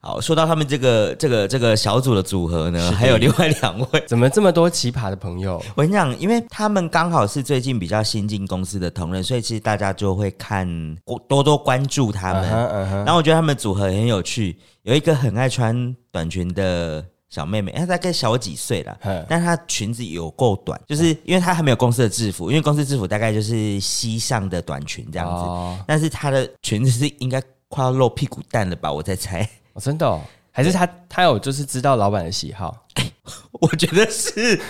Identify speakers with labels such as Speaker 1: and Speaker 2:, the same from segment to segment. Speaker 1: 好，说到他们这个这个这个小组的组合呢，还有另外两位。
Speaker 2: 怎么这么多奇葩的朋友？
Speaker 1: 我跟你讲，因为他们刚好是最近比较新进公司的同仁，所以其实大家就会看多多关注他们。
Speaker 2: 嗯哼嗯哼
Speaker 1: 然后我觉得他们组合也很有趣，有一个很爱穿短裙的小妹妹，她大概小我几岁啦，
Speaker 2: 嗯
Speaker 1: 但她裙子有够短，就是因为她还没有公司的制服，因为公司制服大概就是膝上的短裙这样子，
Speaker 2: 哦
Speaker 1: 但是她的裙子是应该快要露屁股蛋了吧？我在猜，
Speaker 2: 哦真的哦，还是他他有就是知道老板的喜好，
Speaker 1: 我觉得是，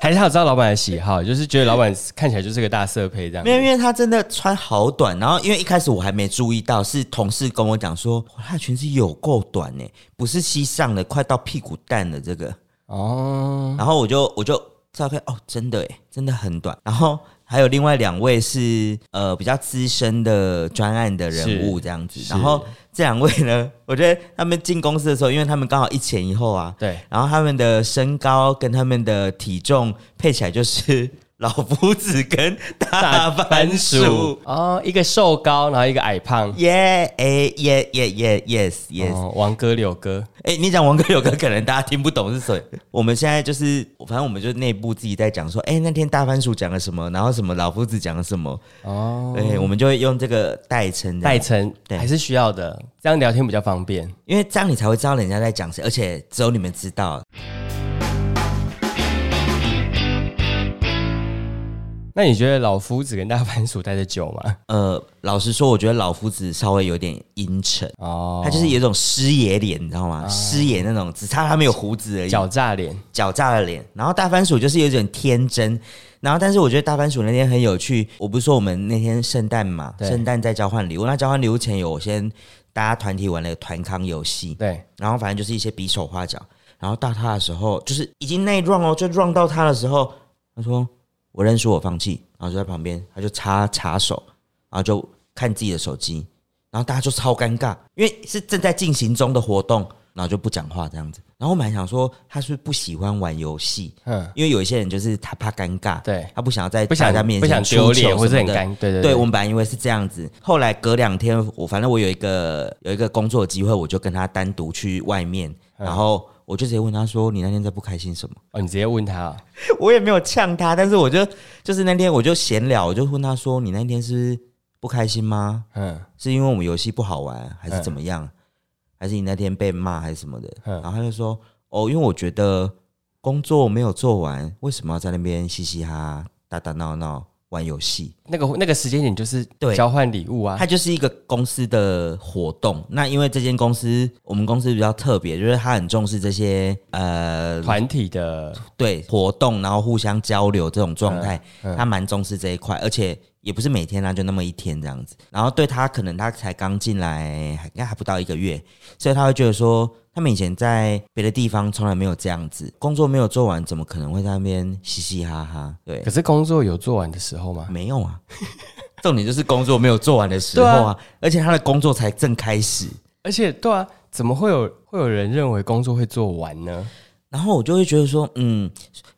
Speaker 2: 还是他有知道老板的喜好，就是觉得老板看起来就是个大色胚这样
Speaker 1: 没。有，因为她真的穿好短，然后因为一开始我还没注意到，是同事跟我讲说，哇她的裙子有够短呢、欸不是膝上的，快到屁股蛋了这个。
Speaker 2: 哦，
Speaker 1: 然后我就我就照片哦，真的哎，真的很短。然后还有另外两位是呃比较资深的专案的人物
Speaker 2: 是
Speaker 1: 这样子。
Speaker 2: 是
Speaker 1: 然后这两位呢，我觉得他们进公司的时候，因为他们刚好一前一后啊，
Speaker 2: 对，
Speaker 1: 然后他们的身高跟他们的体重配起来就是 老夫子跟大番薯。
Speaker 2: 哦，一个瘦高，然后一个矮胖。
Speaker 1: 耶哎耶耶耶 yes yes，
Speaker 2: 哦，王哥柳哥，
Speaker 1: 哎、你讲王哥有个可能大家听不懂是谁。我们现在就是，反正我们就内部自己在讲说，哎、那天大番薯讲了什么，然后什么老夫子讲了什么，
Speaker 2: 哦，
Speaker 1: 对，我们就会用这个代称这样
Speaker 2: 代，称
Speaker 1: 对
Speaker 2: 还是需要的，这样聊天比较方便。
Speaker 1: 因为这样你才会知道人家在讲谁，而且只有你们知道。
Speaker 2: 那你觉得老夫子跟大番薯待的久吗？
Speaker 1: 呃，老实说，我觉得老夫子稍微有点阴沉，
Speaker 2: 哦，啊
Speaker 1: 他就是有一种师爷脸，你知道吗？师爷那种，只差他没有胡子而已，
Speaker 2: 狡诈脸，
Speaker 1: 狡诈的脸，然后大番薯就是有点天真，然后但是我觉得大番薯那天很有趣。我不是说我们那天圣诞嘛，
Speaker 2: 对
Speaker 1: 圣诞在交换礼物，那交换礼物前有我先大家团体玩了个团康游戏，
Speaker 2: 对，
Speaker 1: 然后反正就是一些比手画脚，然后到他的时候就是已经内 run 哦，就 run 到他的时候，他说我认输，我放弃，然后就在旁边他就插插手，然后就看自己的手机，然后大家就超尴尬，因为是正在进行中的活动，然后就不讲话这样子。然后我们还想说他是不是不喜欢玩游戏，
Speaker 2: 嗯，
Speaker 1: 因为有一些人就是他怕尴尬，
Speaker 2: 对
Speaker 1: 他不想要在
Speaker 2: 不
Speaker 1: 大
Speaker 2: 想
Speaker 1: 家面
Speaker 2: 不想
Speaker 1: 前
Speaker 2: 丢
Speaker 1: 出
Speaker 2: 脸
Speaker 1: 糗
Speaker 2: 或
Speaker 1: 什
Speaker 2: 者很
Speaker 1: 么的。
Speaker 2: 尴，对对
Speaker 1: 对我们本来以为是这样子，后来隔两天，我反正我有一个有一个工作机会，我就跟他单独去外面，
Speaker 2: 嗯
Speaker 1: 然后我就直接问他说：“你那天在不开心什么
Speaker 2: 哦，你直接问他啊，？”
Speaker 1: 我也没有呛他，但是我就就是那天我就闲聊，我就问他说：“你那天是不是不开心吗？
Speaker 2: 嗯，
Speaker 1: 是因为我们游戏不好玩，还是怎么样？还是你那天被骂还是什么的？”
Speaker 2: 嗯
Speaker 1: 然后他就说：“哦，因为我觉得工作没有做完，为什么要在那边嘻嘻哈哈、打打闹闹玩游戏？”
Speaker 2: 那个那个时间点就是
Speaker 1: 对
Speaker 2: 交换礼物啊
Speaker 1: 它，就是一个公司的活动。那因为这间公司，我们公司比较特别，就是它很重视这些呃
Speaker 2: 团体的
Speaker 1: 对活动，然后互相交流这种状态，他蛮重视这一块，而且也不是每天啊，就那么一天这样子。然后对他，可能他才刚进来，还应该还不到一个月，所以他会觉得说，他们以前在别的地方从来没有这样子，工作没有做完，怎么可能会在那边嘻嘻哈哈？对
Speaker 2: 可，是工作有做完的时候吗？
Speaker 1: 没有啊。 重点就是工作没有做完的时候
Speaker 2: 对
Speaker 1: 啊，而且他的工作才正开始。
Speaker 2: 而且对啊，怎么会有会有人认为工作会做完呢？
Speaker 1: 然后我就会觉得说，嗯，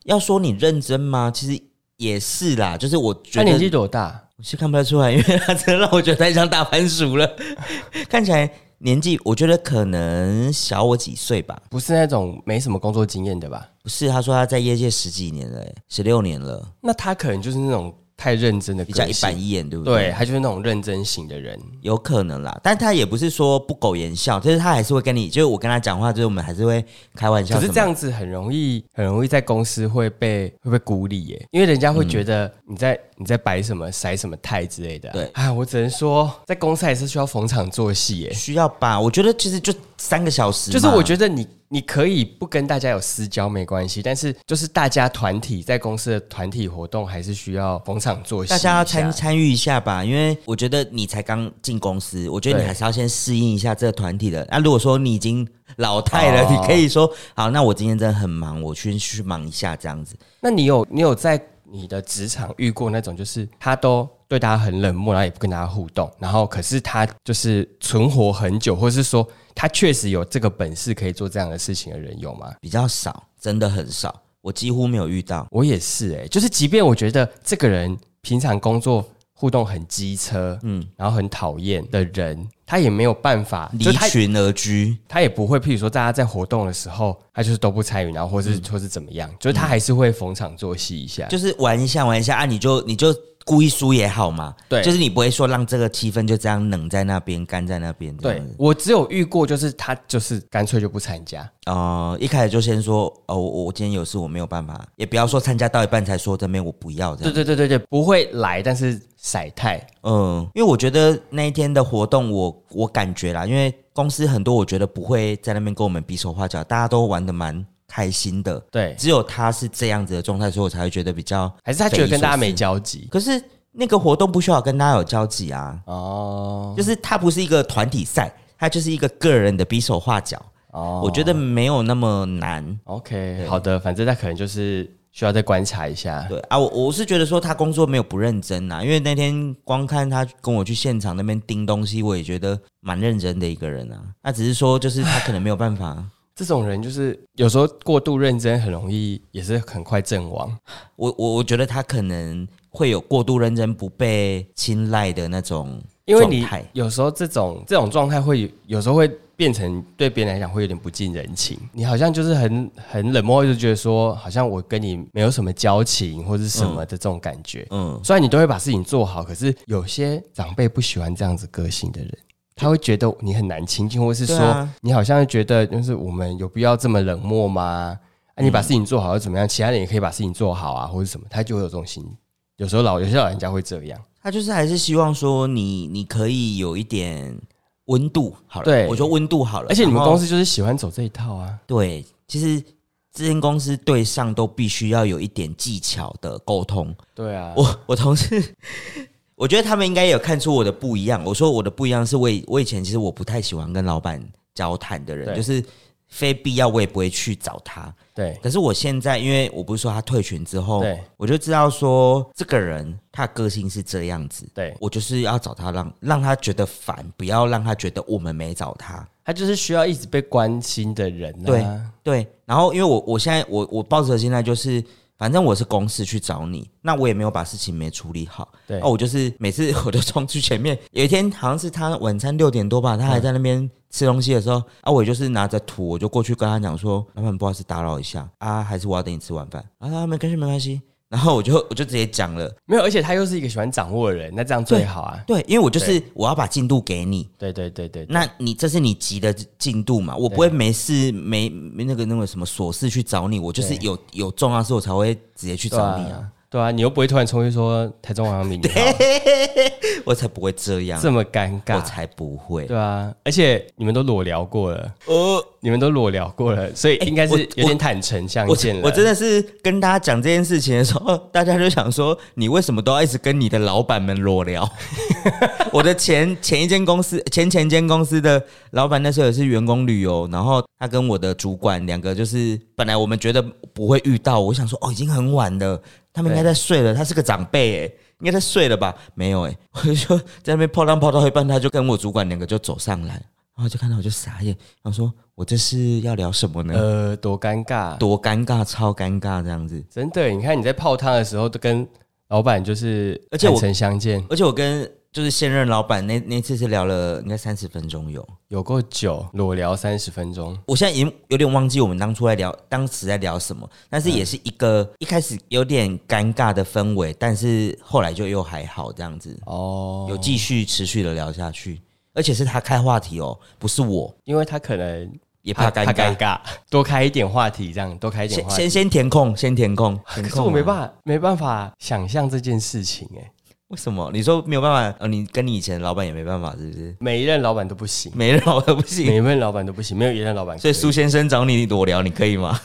Speaker 1: 要说你认真吗？其实也是啦，就是我觉
Speaker 2: 他
Speaker 1: 得
Speaker 2: 年纪多大？
Speaker 1: 我是看不太出来，因 为他真的让我觉得太像大番薯了， 看起来年纪我觉得可能小我几岁吧。
Speaker 2: 不是那种没什么工作经验的吧？
Speaker 1: 不是，他说他在业界十几年了、十六年了，
Speaker 2: 那他可能就是那种太认真的
Speaker 1: 比较
Speaker 2: 个
Speaker 1: 一
Speaker 2: 性
Speaker 1: 板一眼，对不
Speaker 2: 对，啊他就是那种认真型的人。
Speaker 1: 有可能啦，但他也不是说不苟言笑，就是他还是会跟你，就是我跟他讲话，就是我们还是会开玩笑
Speaker 2: 可
Speaker 1: 什么的。
Speaker 2: 是这样子很容易，很容易在公司会被会被孤立耶，因为人家会觉得你在、你在摆什么甩什么态之类的啊、
Speaker 1: 嗯对
Speaker 2: 啊，我只能说在公司还是需要逢场作戏耶。
Speaker 1: 需要吧？我觉得其实就三个小时嘛，
Speaker 2: 就是我觉得你你可以不跟大家有私交没关系，但是就是大家团体在公司的团体活动还是需要逢场作戏一
Speaker 1: 大
Speaker 2: 下。
Speaker 1: 家要参参与一下吧，因为我觉得你才刚进公司，我觉得你
Speaker 2: 对
Speaker 1: 还是要先适应一下这个团体的。那、如果说你已经老态了，
Speaker 2: 哦
Speaker 1: 你可以说好，那我今天真的很忙，我去去忙一下这样子。
Speaker 2: 那你有你有在你的职场遇过那种，就是他都对大家很冷漠，然后也不跟大家互动，然后可是他就是存活很久，或是说他确实有这个本事可以做这样的事情的人有吗？
Speaker 1: 比较少，真的很少，我几乎没有遇到。
Speaker 2: 欸我也是哎、就是即便我觉得这个人平常工作互动很机车，
Speaker 1: 嗯
Speaker 2: 嗯，然后很讨厌的人，他也没有办法，
Speaker 1: 离
Speaker 2: 就他
Speaker 1: 群而居，
Speaker 2: 他也不会，譬如说大家在活动的时候，他就是都不参与，然后或是、或是怎么样，就是他还是会逢场作戏一下。
Speaker 1: 就是玩一下玩一下啊，你就你就故意输也好嘛，
Speaker 2: 对
Speaker 1: 就是你不会说让这个气氛就这样冷在那边、干在那边，
Speaker 2: 对，我只有遇过，就是他就是干脆就不参加，
Speaker 1: 哦、呃一开始就先说哦，我我今天有事，我没有办法，也不要说参加到一半才说这边我不要这
Speaker 2: 对
Speaker 1: 样，
Speaker 2: 对对对对，不会来，但是晒太，
Speaker 1: 嗯、因为我觉得那一天的活动我，我感觉啦，因为公司很多我觉得不会在那边跟我们比手画脚，大家都玩的蛮开心的，
Speaker 2: 对，
Speaker 1: 只有他是这样子的状态，所以我才会觉得比较。
Speaker 2: 还是他觉得跟大家没交集
Speaker 1: 可是那个活动不需要跟大家有交集啊，
Speaker 2: 哦
Speaker 1: 就是它不是一个团体赛，它就是一个个人的比手画脚，
Speaker 2: 哦，
Speaker 1: 我觉得没有那么难。
Speaker 2: OK，好的，反正他可能就是需要再观察一下，
Speaker 1: 对啊，我我是觉得说他工作没有不认真啊，因为那天光看他跟我去现场那边盯东西，我也觉得蛮认真的一个人啊。那只是说，就是他可能没有办法。
Speaker 2: 这种人就是有时候过度认真，很容易也是很快阵亡。
Speaker 1: 我我我觉得他可能会有过度认真、不被青睐的那种
Speaker 2: 因为
Speaker 1: 状
Speaker 2: 你
Speaker 1: 态。
Speaker 2: 有时候这种这种状态会有有时候会变成对别人来讲会有点不近人情，你好像就是很很冷漠，就觉得说好像我跟你没有什么交情或是什么的这种感觉。
Speaker 1: 嗯，
Speaker 2: 虽然你都会把事情做好，可是有些长辈不喜欢这样子个性的人。他会觉得你很难亲近，或是
Speaker 1: 对
Speaker 2: 说、
Speaker 1: 啊
Speaker 2: 你好像会觉得就是我们有必要这么冷漠吗？啊，
Speaker 1: 嗯
Speaker 2: 你把事情做好又怎么样？其他人也可以把事情做好啊，或者什么，他就会有这种心。有时候老有些老人家会这样。
Speaker 1: 他就是还是希望说你你可以有一点温度好了。
Speaker 2: 对
Speaker 1: 我说温度好了。
Speaker 2: 而且你们
Speaker 1: 然后
Speaker 2: 公司就是喜欢走这一套啊。
Speaker 1: 对，其实这间公司对上都必须要有一点技巧的沟通。
Speaker 2: 对啊，
Speaker 1: 我我同事，我觉得他们应该也有看出我的不一样。我说我的不一样是我以我以前其实我不太喜欢跟老板交谈的人，
Speaker 2: 对
Speaker 1: 就是非必要我也不会去找他。
Speaker 2: 对
Speaker 1: 可是我现在，因为我不是说他退群之后
Speaker 2: 对，
Speaker 1: 我就知道说这个人他的个性是这样子。
Speaker 2: 对，
Speaker 1: 我就是要找他让让他觉得烦，不要让他觉得我们没找他。
Speaker 2: 他就是需要一直被关心的人
Speaker 1: 对
Speaker 2: 啊。
Speaker 1: 对，然后因为我我现在我我抱着的心态就是，反正我是公事去找你，那我也没有把事情没处理好。
Speaker 2: 对
Speaker 1: 哦，我就是每次 我都冲去前面。有一天好像是他晚餐六点多吧，他还在那边吃东西的时候，啊，我也就是拿着土，我就过去跟他讲说，老板不好意思打扰一下啊，还是我要等你吃晚饭啊，他没关系没关系。然后我就我就直接讲了，
Speaker 2: 没有，而且他又是一个喜欢掌握的人，那这样最好啊。
Speaker 1: 对，因为我就是我要把进度给你，
Speaker 2: 对对对对，
Speaker 1: 那你这是你急的进度嘛？我不会
Speaker 2: 啊
Speaker 1: 没事没没那个那个什么琐事去找你，我就是有有重要事我才会直接去
Speaker 2: 对
Speaker 1: 找你啊，
Speaker 2: 啊，对啊，你又不会突然冲去说台中王阳明你好，
Speaker 1: 我才不会这样，
Speaker 2: 啊这么尴
Speaker 1: 我
Speaker 2: 尬。
Speaker 1: 才不会。
Speaker 2: 对啊，而且你们都裸聊过了，
Speaker 1: 呃，
Speaker 2: 你们都裸聊过了，所以应该
Speaker 1: 哎我
Speaker 2: 是有点坦诚相
Speaker 1: 我
Speaker 2: 见了。
Speaker 1: 我真的是跟大家讲这件事情的时候， 大家就想说，你为什么都要一直跟你的老板们裸聊？ 我的前前一间公司，前前间公司的老板那时候也是员工旅游，然后他跟我的主管两个就是，本来我们觉得不会遇到，我想说哦，已经很晚了，他们应该在睡了，他是个长辈诶、应该在睡了吧？没有诶、欸 我就在那边泡汤泡到一半，他就跟我主管两个就走上来，
Speaker 2: 嗯
Speaker 1: 然后就看到我就傻眼，然后说我这是要聊什么呢？
Speaker 2: 呃，多尴尬，
Speaker 1: 多尴尬，超尴尬这样子。
Speaker 2: 真的。你看你在泡汤的时候都跟老板就是
Speaker 1: 而且我
Speaker 2: 坦诚相见，
Speaker 1: 而且我跟就是现任老板那那次是聊了应该三十分钟有，
Speaker 2: 有够久，裸聊三十分钟。
Speaker 1: 我现在已经有点忘记我们当初在聊当时在聊什么，但
Speaker 2: 嗯
Speaker 1: 是也是一个、一开始有点尴尬的氛围，但是后来就又还好这样子，
Speaker 2: 哦，
Speaker 1: 有继续持续的聊下去，而且是他开话题哦，不是我，
Speaker 2: 因为他可能
Speaker 1: 也怕尴
Speaker 2: 尴
Speaker 1: 尬，
Speaker 2: 尬， 多开一点话题，这样多开一点
Speaker 1: 先
Speaker 2: 话题。啊
Speaker 1: 先先填空，先填空，填 空
Speaker 2: 可
Speaker 1: 啊
Speaker 2: 是我没
Speaker 1: 法，
Speaker 2: 办法，没办法想象这件事情、哎，
Speaker 1: 为什么？你说没有办法？呃，你跟你以前的老板也没办法，是不是？
Speaker 2: 每一任老板都不 行，
Speaker 1: 没人老板不
Speaker 2: 每
Speaker 1: 行，
Speaker 2: 一任老板都不行，没有一任老板可以。
Speaker 1: 所以苏先生找你裸聊，你可以 吗？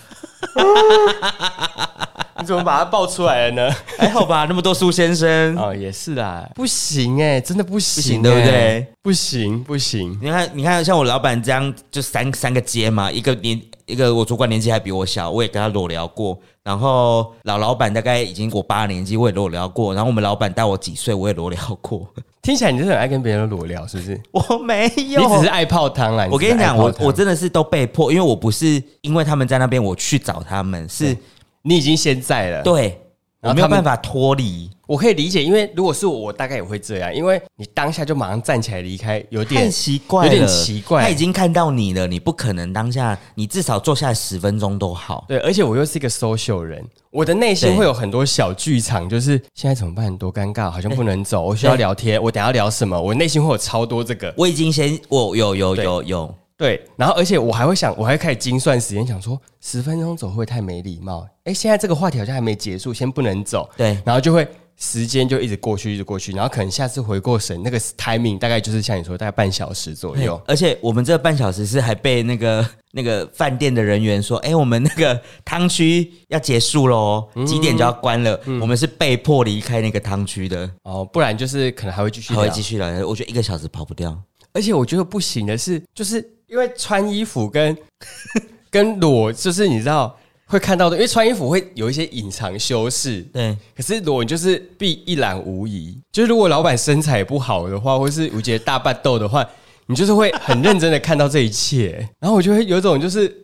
Speaker 2: 你怎么把它爆出来了呢？
Speaker 1: 还好吧，那么多苏先生。
Speaker 2: 哦，也是啦，不行哎、真的不行、
Speaker 1: 不行对不对
Speaker 2: 哎？不行，不行，
Speaker 1: 你看，你看，像我老板这样，就三三个阶嘛，一个年，一个我主管年纪还比我小，我也跟他裸聊过。然后老老板大概已经我八年级，我也裸聊过。然后我们老板大我几岁，我也裸聊过。
Speaker 2: 听起来你真的很爱跟别人裸聊，是不是？
Speaker 1: 我没
Speaker 2: 你只是爱泡汤啦。
Speaker 1: 我跟
Speaker 2: 只
Speaker 1: 你
Speaker 2: 是爱
Speaker 1: 讲，
Speaker 2: 泡
Speaker 1: 我
Speaker 2: 汤
Speaker 1: 我真的是都被迫，因为我不是因为他们在那边我去找他们，是
Speaker 2: 你已经现在了，
Speaker 1: 对我
Speaker 2: 然后
Speaker 1: 没
Speaker 2: 他
Speaker 1: 有
Speaker 2: 们
Speaker 1: 办法脱离，
Speaker 2: 我可以理解，因为如果是我，我大概也会这样，因为你当下就马上站起来离开，有
Speaker 1: 太
Speaker 2: 点
Speaker 1: 奇怪了，
Speaker 2: 有点奇怪
Speaker 1: 他已经看到你了，你不可能当下，你至少坐下来十分钟都好。
Speaker 2: 对，而且我又是一个 social 人，我的内心
Speaker 1: 对
Speaker 2: 会有很多小剧场，就是现在怎么办？多尴尬，好像不能走，我需要聊天，我等下聊什么？我内心会有超多这个
Speaker 1: 我已经先，我有有
Speaker 2: 对
Speaker 1: 有有，
Speaker 2: 对，然后而且我还会想，我还开始精算时间，想说十分钟走会不会太没礼貌。哎，现在这个话题好像还没结束，先不能走，
Speaker 1: 对
Speaker 2: 然后就会时间就一直过去，一直过去，然后可能下次回过神，那个 timing 大概就是像你说，大概半小时左右。
Speaker 1: 而且我们这半小时是还被那个那个饭店的人员说，哎、我们那个汤区要结束喽，几点就要关了，我们是被迫离开那个汤区的，
Speaker 2: 哦，不然就是可能还会继续
Speaker 1: 还会。
Speaker 2: 聊
Speaker 1: 继续聊。我觉得一个小时跑不掉，
Speaker 2: 而且我觉得不行的是，就是因为穿衣服跟 跟裸，就是你知道会看到的，因为穿衣服会有一些隐藏修饰。
Speaker 1: 对，
Speaker 2: 可是裸你就是必一览无遗，就是如果老板身材不好的话，或是吴杰大半痘的话，你就是会很认真的看到这一切，然后我就会有一种就是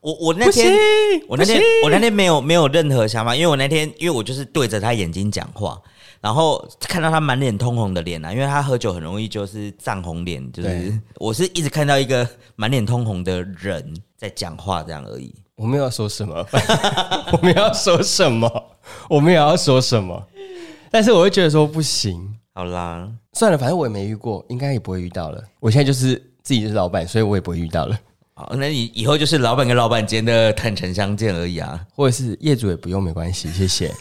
Speaker 1: 我我那
Speaker 2: 不行
Speaker 1: 天。，我那天
Speaker 2: 不行
Speaker 1: 我那天没有没有任何想法，因为我那天因为我就是对着他眼睛讲话，然后看到他满脸通红的脸啊，因为他喝酒很容易就是涨红脸，就是
Speaker 2: 对
Speaker 1: 我是一直看到一个满脸通红的人在讲话这样而已。
Speaker 2: 我没有要说什么， 我没有要说什么，我没有要说什么，但是我会觉得说不行，
Speaker 1: 好啦，
Speaker 2: 算了，反正我也没遇过，应该也不会遇到了。我现在就是自己就是老板，所以我也不会遇到了，
Speaker 1: 好，那你以后就是老板跟老板间的坦诚相见而已啊。
Speaker 2: 或者是业主也不用，没关系，谢谢，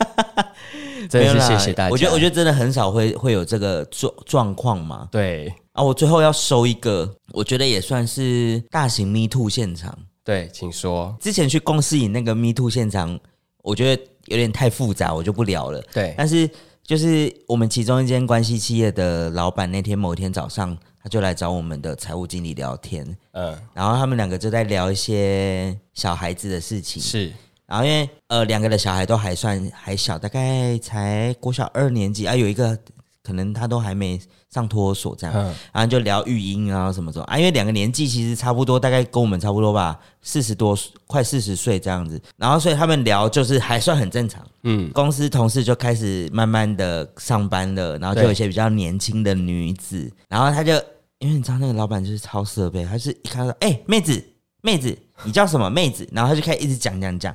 Speaker 2: 真
Speaker 1: 没有
Speaker 2: 的是
Speaker 1: 啦
Speaker 2: 谢谢大家。
Speaker 1: 我觉得我觉得真的很少会会有这个状状况嘛。
Speaker 2: 对
Speaker 1: 啊，我最后要收一个，我觉得也算是大型 Me Too 现场。
Speaker 2: 对，请说。
Speaker 1: 之前去公司影那个 Me Too 现场，我觉得有点太复杂，我就不聊了。
Speaker 2: 对，
Speaker 1: 但是就是我们其中一间关系企业的老板，那天某一天早上，他就来找我们的财务经理聊天，
Speaker 2: 嗯，
Speaker 1: 然后他们两个就在聊一些小孩子的事情。
Speaker 2: 是
Speaker 1: 然后因为呃两个的小孩都还算还小，大概才国小二年级啊，有一个可能他都还没上托儿所这样，
Speaker 2: 嗯
Speaker 1: 然后就聊育婴啊什么什么啊，因为两个年纪其实差不多，大概跟我们差不多吧，四十多快四十岁这样子，然后所以他们聊就是还算很正常，
Speaker 2: 嗯，
Speaker 1: 公司同事就开始慢慢的上班了，然后就
Speaker 2: 对
Speaker 1: 有一些比较年轻的女子，然后他就因为你知道那个老板就是超设备，他就是一看到哎、妹子妹子你叫什么妹子，然后他就开始一直讲讲讲，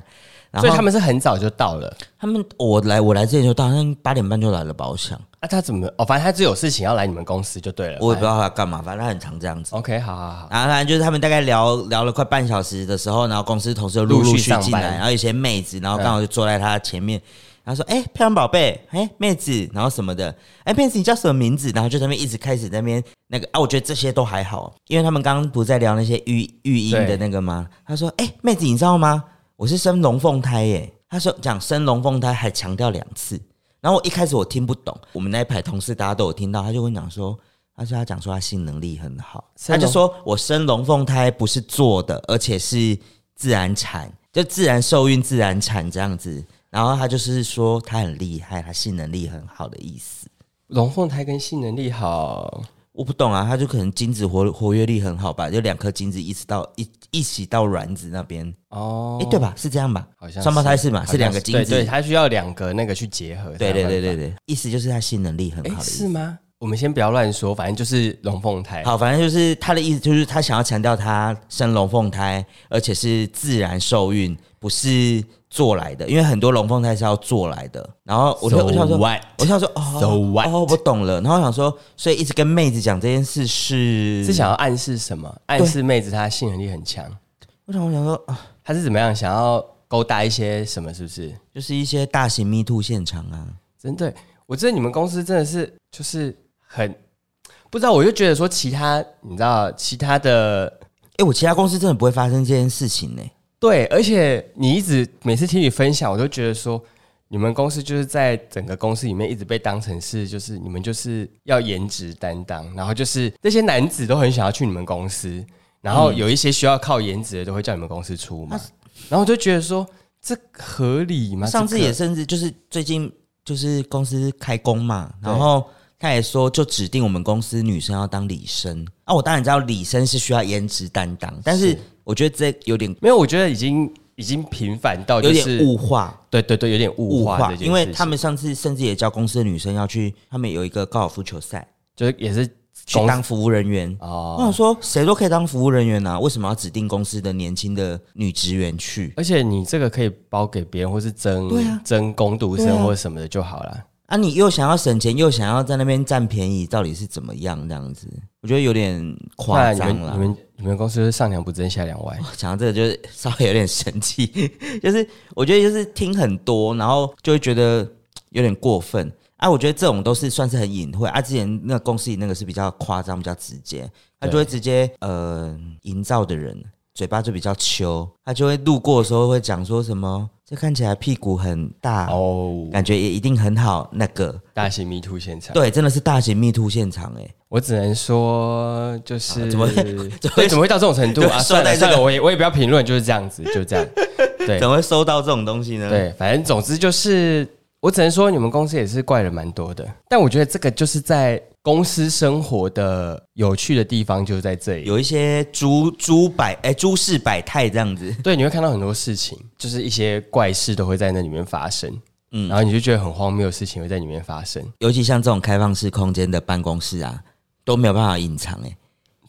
Speaker 1: 然后
Speaker 2: 所以他们是很早就到了。
Speaker 1: 他们我来我来之前就到，好像八点半就来了吧，我想
Speaker 2: 那、他怎么？哦，反正他只有事情要来你们公司就对了。
Speaker 1: 我也不知
Speaker 2: 道。
Speaker 1: 道他干嘛，反正他很常这样子。
Speaker 2: OK，好好好，
Speaker 1: 然后反正就是他们大概聊聊了快半小时的时候，然后公司同事就陆陆续
Speaker 2: 陆续
Speaker 1: 进
Speaker 2: 上班
Speaker 1: 来，然后有些妹子，然后刚好就坐在他前面，然后说：“哎、漂亮宝贝，哎、妹子，然后什么的，哎、妹子你叫什么名字？”然后就在那边一直开始在那边那个啊，我觉得这些都还好，因为他们刚刚不是在聊那些育育婴的那个吗？他说：“哎、妹子，你知道吗？我是生龙凤胎耶。”他说讲生龙凤胎还强调两次，然后我一开始我听不懂，我们那一排同事大家都有听到，他就跟我讲说，他说他讲说他性能力很好，
Speaker 2: 生
Speaker 1: 他
Speaker 2: 龙
Speaker 1: 就说我生龙凤胎不是做的，而且是自然产，就自然受孕、自然产这样子。然后他就是说他很厉害，他性能力很好的意思。
Speaker 2: 龙凤胎跟性能力好，
Speaker 1: 我不懂啊，他就可能精子活活跃力很好吧，就两颗精子一直到一一起到卵子那边，
Speaker 2: 哦
Speaker 1: 哎、，对吧？是这样吧？
Speaker 2: 好像
Speaker 1: 双胞胎是吧
Speaker 2: 好像
Speaker 1: 是两个精子
Speaker 2: 对，对，它需要两个那个去结合。
Speaker 1: 对对
Speaker 2: 才有
Speaker 1: 对
Speaker 2: 办
Speaker 1: 对对，意思就是他性能力很好
Speaker 2: 法，哎，
Speaker 1: 的意
Speaker 2: 是
Speaker 1: 思。
Speaker 2: 吗？我们先不要乱说，反正就是龙凤胎。
Speaker 1: 好，反正就是他的意思，就是他想要强调他生龙凤胎，而且是自然受孕，不是做来的，因为很多龙凤胎是要做来的。然后我就
Speaker 2: So
Speaker 1: 我想说，
Speaker 2: what？
Speaker 1: 我想说，哦
Speaker 2: So what？
Speaker 1: 哦，我懂了。然后我想说，所以一直跟妹子讲这件事是
Speaker 2: 是，想要暗示什么？暗示妹子她性能力很强，
Speaker 1: 我想我想说啊，
Speaker 2: 她是怎么样想要勾搭一些什么？是不是？
Speaker 1: 就是一些大型 Me Too 现场啊，
Speaker 2: 真的，我觉得你们公司真的是就是很不知道，我就觉得说其他你知道其他的
Speaker 1: 哎、我其他公司真的不会发生这件事情呢、
Speaker 2: 对，而且你一直每次听你分享，我都觉得说。你们公司就是在整个公司里面一直被当成是，就是你们就是要颜值担当，然后就是这些男子都很想要去你们公司，然
Speaker 1: 嗯
Speaker 2: 后有一些需要靠颜值的都会叫你们公司出嘛，然后我就觉得说这合理吗？
Speaker 1: 啊上次
Speaker 2: 这个
Speaker 1: 也甚至就是最近就是公司开工嘛，然后他也说就指定我们公司女生要当理生啊，我当然知道理生是需要颜值担当，但是
Speaker 2: 是
Speaker 1: 我觉得这有点
Speaker 2: 没有，我觉得已经已经频繁到
Speaker 1: 有
Speaker 2: 哦就
Speaker 1: 点
Speaker 2: 是
Speaker 1: 物化，
Speaker 2: 对对对，有点物
Speaker 1: 物
Speaker 2: 化
Speaker 1: 化，
Speaker 2: 这件事情，
Speaker 1: 因为他们上次甚至也叫公司的女生要去，他们有一个高尔夫球赛，
Speaker 2: 就是也是
Speaker 1: 去
Speaker 2: 公
Speaker 1: 当服务人员。我
Speaker 2: 哦
Speaker 1: 想，说，谁都可以当服务人员啊，为什么要指定公司的年轻的女职员去？
Speaker 2: 而且你这个可以包给别人，或是争
Speaker 1: 对啊
Speaker 2: 争工读
Speaker 1: 对
Speaker 2: 生
Speaker 1: 啊
Speaker 2: 或者什么的就好了。
Speaker 1: 啊，你又想要省钱，又想要在那边占便宜，到底是怎么样？这样子，我觉得有点夸
Speaker 2: 你
Speaker 1: 张
Speaker 2: 们你
Speaker 1: 了。
Speaker 2: 们你们公司就是上梁不正下梁歪，
Speaker 1: 讲到这个，就是稍微有点生气， 就是我觉得就是听很多，然后就会觉得有点过分。啊，我觉得这种都是算是很隐晦啊。之前那个公司里那个是比较夸张、比较直接，他就会直接呃，营造的人嘴巴就比较秋，他就会路过的时候会讲说什么，这看起来屁股很大，
Speaker 2: 哦，
Speaker 1: 感觉也一定很好。那个
Speaker 2: 大型迷途现场。
Speaker 1: 对，真的是大型密兔现场哎、
Speaker 2: 我只能说，就是、
Speaker 1: 啊怎 么会
Speaker 2: 对怎么会到这种程度啊？
Speaker 1: 怎么
Speaker 2: 算
Speaker 1: 会
Speaker 2: 了
Speaker 1: 收在这个
Speaker 2: 算了，我也我也不要评论，就是这样 子，就这样。对
Speaker 1: 怎么会收到这种东西呢？，
Speaker 2: 对，反正总之就是，我只能说你们公司也是怪人蛮多的，但我觉得这个就是在公司生活的有趣的地方就是在这里。
Speaker 1: 有一些诸诸百哎诸事百态这样子。
Speaker 2: 对，你会看到很多事情，就是一些怪事都会在那里面发生，
Speaker 1: 嗯
Speaker 2: 嗯，然后你就觉得很荒谬的事情会在里面发生。
Speaker 1: 尤其像这种开放式空间的办公室啊，都没有办法隐藏哎、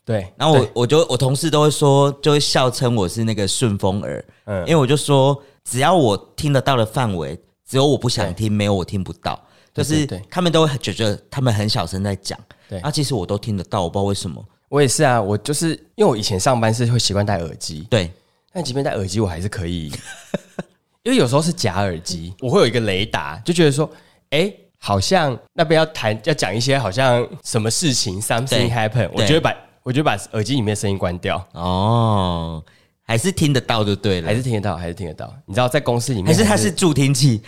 Speaker 2: 对，
Speaker 1: 然后我
Speaker 2: 对
Speaker 1: 我就我同事都会说，就会笑称我是那个顺风耳，
Speaker 2: 嗯
Speaker 1: 因为我就说，只要我听得到的范围，只有我不想
Speaker 2: 对
Speaker 1: 听，没有我听不到。就
Speaker 2: 对对
Speaker 1: 是
Speaker 2: 对
Speaker 1: 他们都会觉得他们很小声在讲，
Speaker 2: 对
Speaker 1: 啊，其实我都听得到，我不知道为什么。
Speaker 2: 我也是啊，我就是因为我以前上班是会习惯戴耳机，
Speaker 1: 对，
Speaker 2: 但即便戴耳机，我还是可 以，因为有时候是假耳机， 我会有一个雷达，就觉得说，哎、好像那边要谈要讲一些好像什么事情
Speaker 1: 对
Speaker 2: ，something happen，我
Speaker 1: 对
Speaker 2: 就会把我就会把耳机里面的声音关掉，
Speaker 1: 哦，还是听得到就对了，
Speaker 2: 还是听得到，还是听得到。你知道在公司里面
Speaker 1: 还是它是助听器，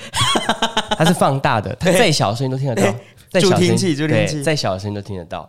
Speaker 2: 它是放大的，它再小的声音都听得到，再小的声音
Speaker 1: 助听器助听器
Speaker 2: 对再小的声音都听得到。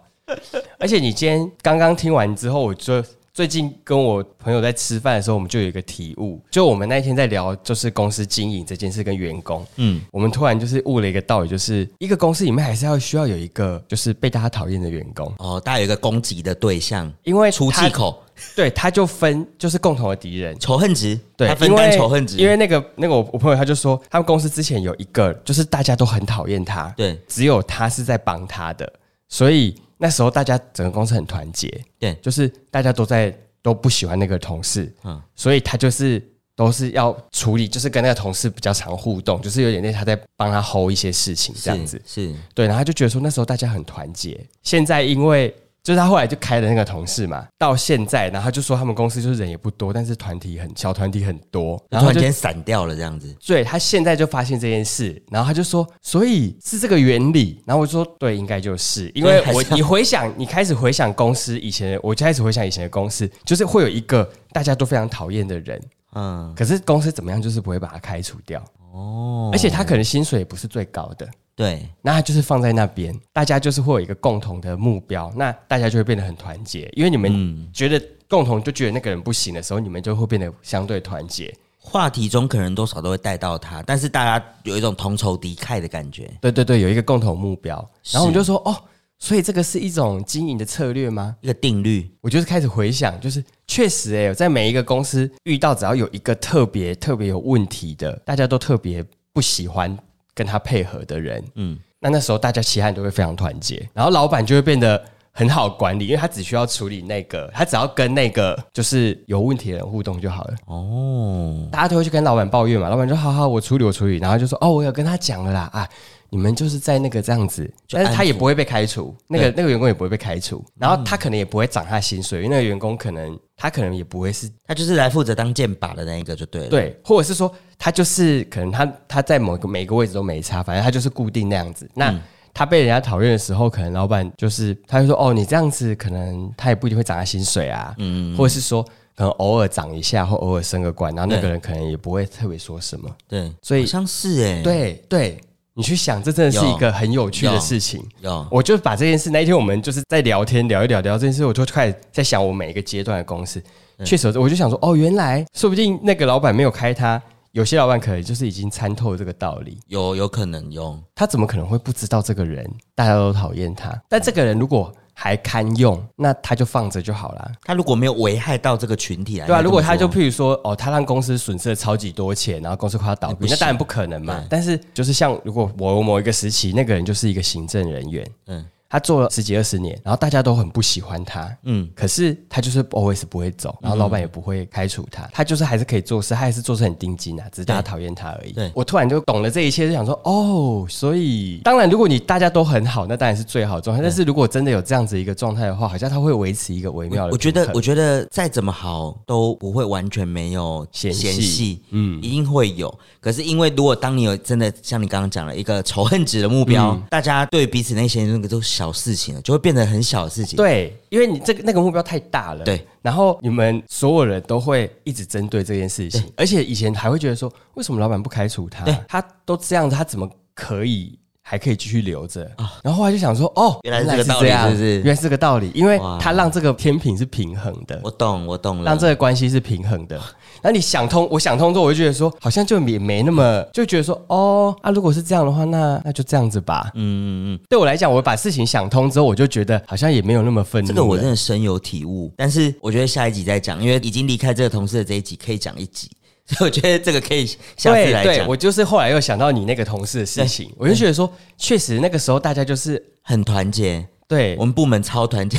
Speaker 2: 而且你今天刚刚听完之后，我就最近跟我朋友在吃饭的时候，我们就有一个体悟，就我们那一天在聊就是公司经营这件事跟员工，
Speaker 1: 嗯
Speaker 2: 嗯，我们突然就是悟了一个道理，就是一个公司里面还是要需要有一个就是被大家讨厌的员工，
Speaker 1: 哦，大家有一个攻击的对象，
Speaker 2: 因为
Speaker 1: 出
Speaker 2: 他
Speaker 1: 气，口，
Speaker 2: 对，他就分就是共同的敌人，
Speaker 1: 仇恨值，
Speaker 2: 对
Speaker 1: 它，分担仇恨值，
Speaker 2: 因为那个那个我我朋友他就说，他们公司之前有一个，就是大家都很讨厌他，
Speaker 1: 对
Speaker 2: 只有他是在帮他的，所以那时候大家整个公司很团结，
Speaker 1: 对
Speaker 2: 就是大家都在都不喜欢那个同事，
Speaker 1: 嗯
Speaker 2: 嗯，所以他就是都是要处理，就是跟那个同事比较常互动，就是有点类似他在帮他 hold 一些事情这样子，
Speaker 1: 是是
Speaker 2: 对，然后他就觉得说那时候大家很团结，现在因为。就是他后来就开了那个同事嘛，到现在，然后他就说他们公司就是人也不多，但是团体很小，团体很多，然
Speaker 1: 然后
Speaker 2: 后
Speaker 1: 突
Speaker 2: 就
Speaker 1: 然间散掉了这样子，
Speaker 2: 对他现在就发现这件事，然后他就说，所以是这个原理。然后我就说，对，应该就是因为
Speaker 1: 对还
Speaker 2: 我
Speaker 1: 是要
Speaker 2: 你回想，你开始回想公司以前的，我就开始回想以前的公司，就是会有一个大家都非常讨厌的人，
Speaker 1: 嗯，
Speaker 2: 可是公司怎么样，就是不会把他开除掉，
Speaker 1: 哦
Speaker 2: 而且他可能薪水也不是最高的。
Speaker 1: 对，
Speaker 2: 那他就是放在那边，大家就是会有一个共同的目标，那大家就会变得很团结，因为你
Speaker 1: 嗯
Speaker 2: 们觉得共同就觉得那个人不行的时候，你们就会变得相对团结。
Speaker 1: 话题中可能多少都会带到他，但是大家有一种同仇敌忾的感觉，
Speaker 2: 对对对，有一个共同目标，
Speaker 1: 是
Speaker 2: 然后我们就说哦，所以这个是一种经营的策略吗？
Speaker 1: 一个定律。
Speaker 2: 我就是开始回想，就是确实哎、我在每一个公司遇到只要有一个特别特别有问题的，大家都特别不喜欢跟他配合的人，
Speaker 1: 嗯
Speaker 2: 嗯，那那时候大家其他人都会非常团结，然后老板就会变得。很好管理，因为他只需要处理那个，他只要跟那个就是有问题的人互动就好了。
Speaker 1: 哦，
Speaker 2: 大家都会去跟老板抱怨嘛，老板就好好我处理我处理，然后就说哦我有跟他讲了啦啊，你们就是在那个这样子，
Speaker 1: 就
Speaker 2: 但是他
Speaker 1: 安抚
Speaker 2: 也不会被开除，那个那个员工也不会被开除，然后他可能也不会涨他薪水，因为那个员工可能他可能也不会是
Speaker 1: 他就是来负责当箭靶的那一个就对了。，
Speaker 2: 对，或者是说他就是可能他他在某个每个位置都没差，反正他就是固定那样子。那、他被人家讨厌的时候，可能老板就是他就说哦，你这样子可能他也不一定会涨他薪水啊，嗯，或者是说可能偶尔涨一下或偶尔升个官，然后那个
Speaker 1: 对
Speaker 2: 人可能也不会特别说什么。
Speaker 1: 对，
Speaker 2: 所以
Speaker 1: 好像是哎、，
Speaker 2: 对对，你去想，这真的是一个很有趣的事情。
Speaker 1: 有
Speaker 2: 我就把这件事，那一天我们就是在聊天聊一聊聊这件事，我就开始在想我每一个阶段的公司。确实，我就想说，哦，原来说不定那个老板没有开他，有些老板可能就是已经参透了这个道理，
Speaker 1: 有有可能有，
Speaker 2: 他怎么可能会不知道这个人大家都讨厌他？但这个人如果还堪用，那他就放着就好啦。
Speaker 1: 他如果没有危害到这个群体来，
Speaker 2: 对啊，
Speaker 1: 应该
Speaker 2: 如果他
Speaker 1: 这
Speaker 2: 就
Speaker 1: 么说
Speaker 2: 譬如说，哦，他让公司损失了超级多钱，然后公司快要倒
Speaker 1: 哦那不
Speaker 2: 闭，
Speaker 1: 行
Speaker 2: 那当然不可能嘛
Speaker 1: 对。
Speaker 2: 但是就是像如果我某一个时期，那个人就是一个行政人员，
Speaker 1: 嗯
Speaker 2: 他做了十几二十年，然后大家都很不喜欢他，
Speaker 1: 嗯，
Speaker 2: 可是他就是 always 不会走，然后老板也不会开除他，他就是还是可以做事，他还是做事很钉钉啊，只是大家讨厌他而已
Speaker 1: 对。
Speaker 2: 我突然就懂了这一切，就想说哦，所以当然如果你大家都很好，那当然是最好的状态。但是如果真的有这样子一个状态的话，好像他会维持一个微妙的
Speaker 1: 我觉得
Speaker 2: 平衡
Speaker 1: 我觉得再怎么好都不会完全没有
Speaker 2: 嫌隙
Speaker 1: 隙，嗯，一定会有。可是因为如果当你有真的像你刚刚讲了一个仇恨值的目标，
Speaker 2: 嗯
Speaker 1: 大家对彼此那些那个都是小事情了，就会变得很小的事情。
Speaker 2: 对，因为你这个那个目标太大了，
Speaker 1: 对。
Speaker 2: 然后你们所有人都会一直针对这件事情，而且以前还会觉得说，为什么老板不开除他
Speaker 1: 对？
Speaker 2: 他都这样子，他怎么可以还可以继续留着？然后后来就想说，哦，
Speaker 1: 啊原来是这
Speaker 2: 这
Speaker 1: 个道理
Speaker 2: 样
Speaker 1: 是不是
Speaker 2: 原来是这个道理，因为
Speaker 1: 哇
Speaker 2: 他让这个天平是平衡的。
Speaker 1: 我懂，我懂了
Speaker 2: 让。这个关系是平衡的，那你想通，我想通之后，我就觉得说，好像就也没那么，
Speaker 1: 嗯
Speaker 2: 就觉得说，哦，啊，如果是这样的话，那那就这样子吧。
Speaker 1: 嗯嗯嗯，
Speaker 2: 对我来讲，我把事情想通之后，我就觉得好像也没有那么愤怒
Speaker 1: 这
Speaker 2: 了。
Speaker 1: 个我真的深有体悟。但是我觉得下一集再讲，因为已经离开这个同事的这一集可以讲一集， 所以我觉得这个可以下次来
Speaker 2: 对对，
Speaker 1: 讲。
Speaker 2: 我就是后来又想到你那个同事的事情，我就觉得说，确实那个时候大家就是
Speaker 1: 很团结，
Speaker 2: 对
Speaker 1: 我，们部门超团结。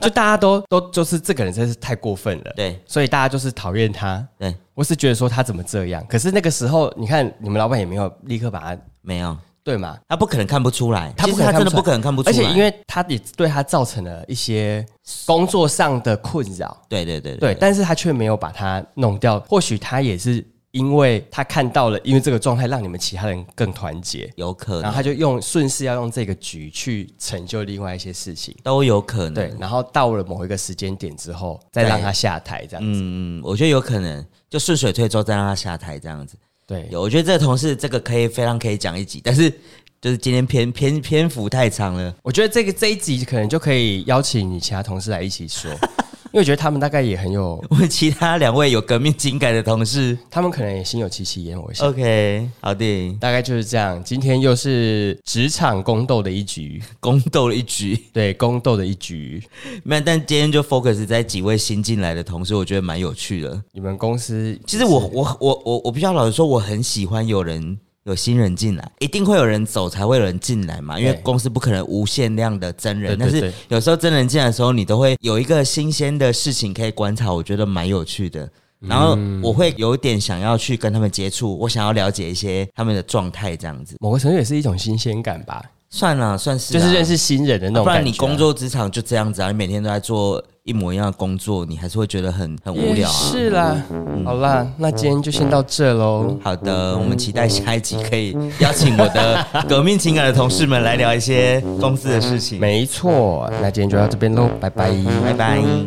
Speaker 2: 就大家都都就是这个人真是太过分了，
Speaker 1: 对
Speaker 2: 所以大家就是讨厌他。
Speaker 1: 对，
Speaker 2: 我是觉得说他怎么这样，可是那个时候你看你们老板也没有立刻把他
Speaker 1: 没有，
Speaker 2: 对嘛，
Speaker 1: 他不可能看不出来，
Speaker 2: 他不
Speaker 1: 其实
Speaker 2: 可能
Speaker 1: 他真的
Speaker 2: 看不出
Speaker 1: 不
Speaker 2: 来
Speaker 1: 可能看不出
Speaker 2: 而
Speaker 1: 来。
Speaker 2: 且因为他也对他造成了一些工作上的困扰，
Speaker 1: 对对对
Speaker 2: 对，但是他却没有把它弄掉。或许他也是因为他看到了，因为这个状态让你们其他人更团结，
Speaker 1: 有可
Speaker 2: 然后
Speaker 1: 能
Speaker 2: 他就用顺势要用这个局去成就另外一些事情，
Speaker 1: 都有可能。
Speaker 2: 对，然后到了某一个时间点之后，再让他下台这样子，
Speaker 1: 嗯，我觉得有可能，就顺水推舟，再让他下台这样子。
Speaker 2: 对，
Speaker 1: 有，我觉得这个同事这个可以非常可以讲一集，但是就是今天 篇篇篇幅太长了。
Speaker 2: 我觉得这个这一集可能就可以邀请你其他同事来一起说， 因为我觉得他们大概也很有，
Speaker 1: 我们其他两位有革命情感的同事
Speaker 2: 他们可能也心有戚戚焉，我想。
Speaker 1: ，OK，好的，
Speaker 2: 大概就是这样，今天又是职场宫斗的一局，
Speaker 1: 宫斗了一局。
Speaker 2: 对，宫斗的一局。
Speaker 1: 那但今天就 focus 在几位新进来的同事，我觉得蛮有趣的。
Speaker 2: 你们公司
Speaker 1: 其实我我我我我比较老实说，我很喜欢有人有新人进来，一定会有人走才会有人进来嘛，因为
Speaker 2: 对
Speaker 1: 公司不可能无限量的真人。
Speaker 2: 对对
Speaker 1: 但
Speaker 2: 对
Speaker 1: 是有时候真人进来的时候，你都会有一个新鲜的事情可以观察，我觉得蛮有趣的。然后
Speaker 2: 嗯
Speaker 1: 我会有点想要去跟他们接触，我想要了解一些他们的状态，这样子
Speaker 2: 某个程度也是一种新鲜感吧，
Speaker 1: 算了，算是、
Speaker 2: 就是认。识新人的那
Speaker 1: 啊
Speaker 2: 种
Speaker 1: 不
Speaker 2: 感觉啊、
Speaker 1: 然你工作职场就这样子啊，你每天都在做一模一样的工作，你还是会觉得很很无
Speaker 2: 嗯也
Speaker 1: 聊啊。
Speaker 2: 是啦，好啦，那今天就先到这喽。
Speaker 1: 好的，我们期待下一集可以邀请我的革命情感的同事们来聊一些公司的事情。
Speaker 2: 没错，那今天就到这边喽，拜拜。
Speaker 1: 拜拜。